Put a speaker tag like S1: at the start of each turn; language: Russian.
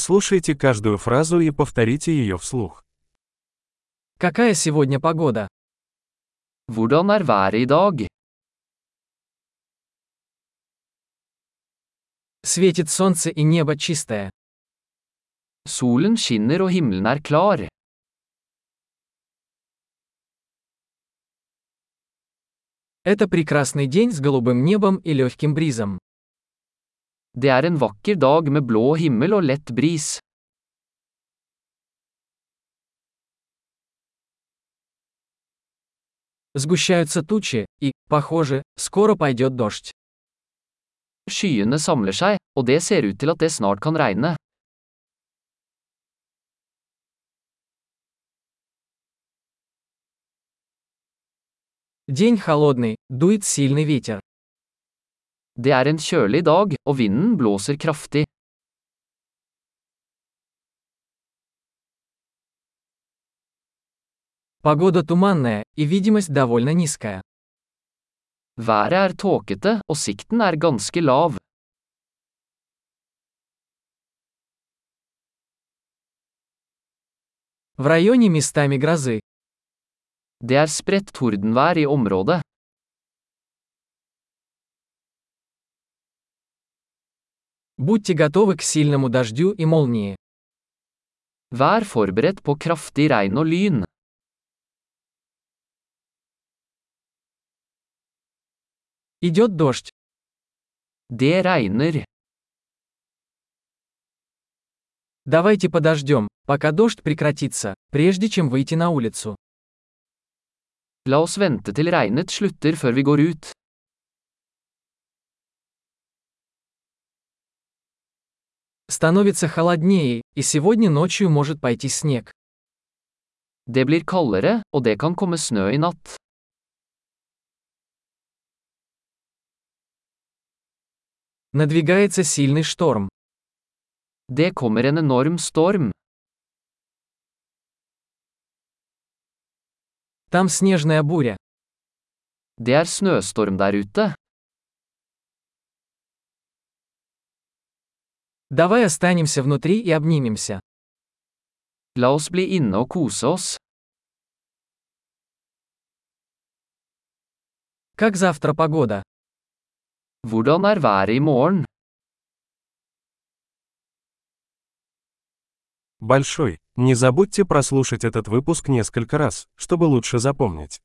S1: Прослушайте каждую фразу и повторите ее вслух.
S2: Какая сегодня погода?
S3: Hvordan er været i dag?
S2: Светит солнце и небо чистое.
S3: Solen skinner og himmelen er klar.
S2: Это прекрасный день с голубым небом и легким бризом.
S3: Det er en vakker dag med blå himmel og lett bris.
S2: Сгущаются тучи, и, похоже, скоро пойдет дождь.
S3: Skyene samler seg, og det ser ut til at det snart kan regne.
S2: День холодный, дует сильный ветер.
S3: Det er en kjølig dag, og vinden blåser kraftig.
S2: Погода туманная, и видимость довольно низкая.
S3: Været er tåkete, og sikten er ganske lav.
S2: В районе местами грозы.
S3: Det er spredt tordenvær i området.
S2: Будьте готовы к сильному дождю и молнии.
S3: Vær forberedt på kraftig regn og lyn.
S2: Идет дождь.
S3: Det regner.
S2: Давайте подождем, пока дождь прекратится, прежде чем выйти на улицу.
S3: La oss vente til regnet slutter før vi går ut.
S2: Становится холоднее, и сегодня ночью может пойти снег.
S3: Det blir kaldere, og det kan komme snø i natt.
S2: Надвигается сильный шторм.
S3: Det kommer en enorm storm.
S2: Там снежная буря.
S3: Det er snøstorm der ute.
S2: Давай останемся внутри и обнимемся.
S3: La oss bli inne og kose oss.
S2: Как завтра погода?
S3: Hvordan er været i morgen?
S1: Большой. Не забудьте прослушать этот выпуск несколько раз, чтобы лучше запомнить.